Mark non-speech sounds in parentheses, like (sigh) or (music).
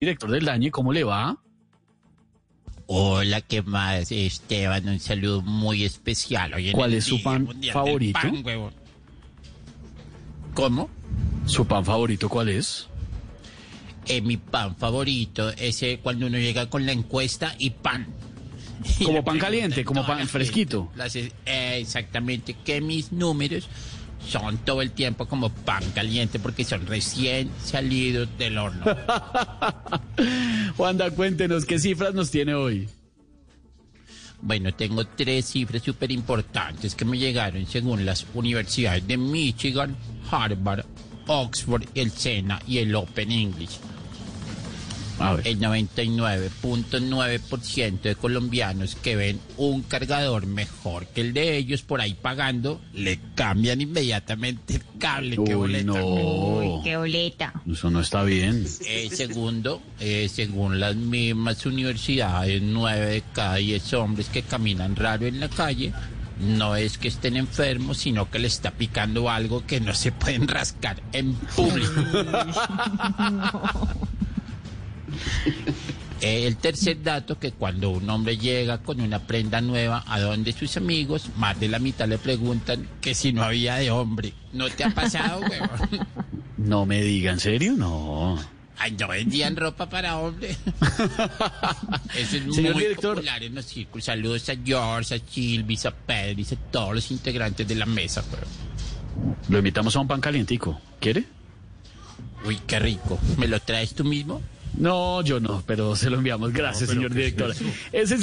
Director del Daño, ¿cómo le va? Hola, ¿qué más? Esteban, un saludo muy especial. Hoy en ¿Cuál el es su Día pan Mundial del favorito? Pan, huevón. ¿Cómo? ¿Su pan favorito cuál es? Eh, mi pan favorito es eh, cuando uno llega con la encuesta y pan. (laughs) Y Como le pan preguntan caliente, como todas pan las- fresquito. las- eh, exactamente, que mis números son todo el tiempo como pan caliente porque son recién salidos del horno. Wanda, cuéntenos, ¿qué cifras nos tiene hoy? Bueno, tengo tres cifras súper importantes que me llegaron según las universidades de Michigan, Harvard, Oxford, el SENA y el Open English. A ver. El 99.9% de colombianos que ven un cargador mejor que el de ellos por ahí pagando, le cambian inmediatamente el cable. Uy, qué boleta, no. Qué boleta. Eso no está bien. Eh, segundo, eh, según las mismas universidades, nueve de cada diez hombres que caminan raro en la calle no es que estén enfermos, sino que le está picando algo que no se pueden rascar en público. (laughs) Eh, el tercer dato que cuando un hombre llega con una prenda nueva a donde sus amigos, más de la mitad le preguntan que si no había de hombre. ¿No te ha pasado, huevón? No me diga, ¿en serio? No. Ay, no vendían ropa para (laughs) hombre. Eso es Señor muy director. popular en los círculos. Saludos a George, a Chilvis, a Pedris, a todos los integrantes de la mesa. Pero... Lo invitamos a un pan calientico. ¿Quiere? Uy, qué rico. ¿Me lo traes tú mismo? No, yo no, pero se lo enviamos. Gracias, señor director. Ese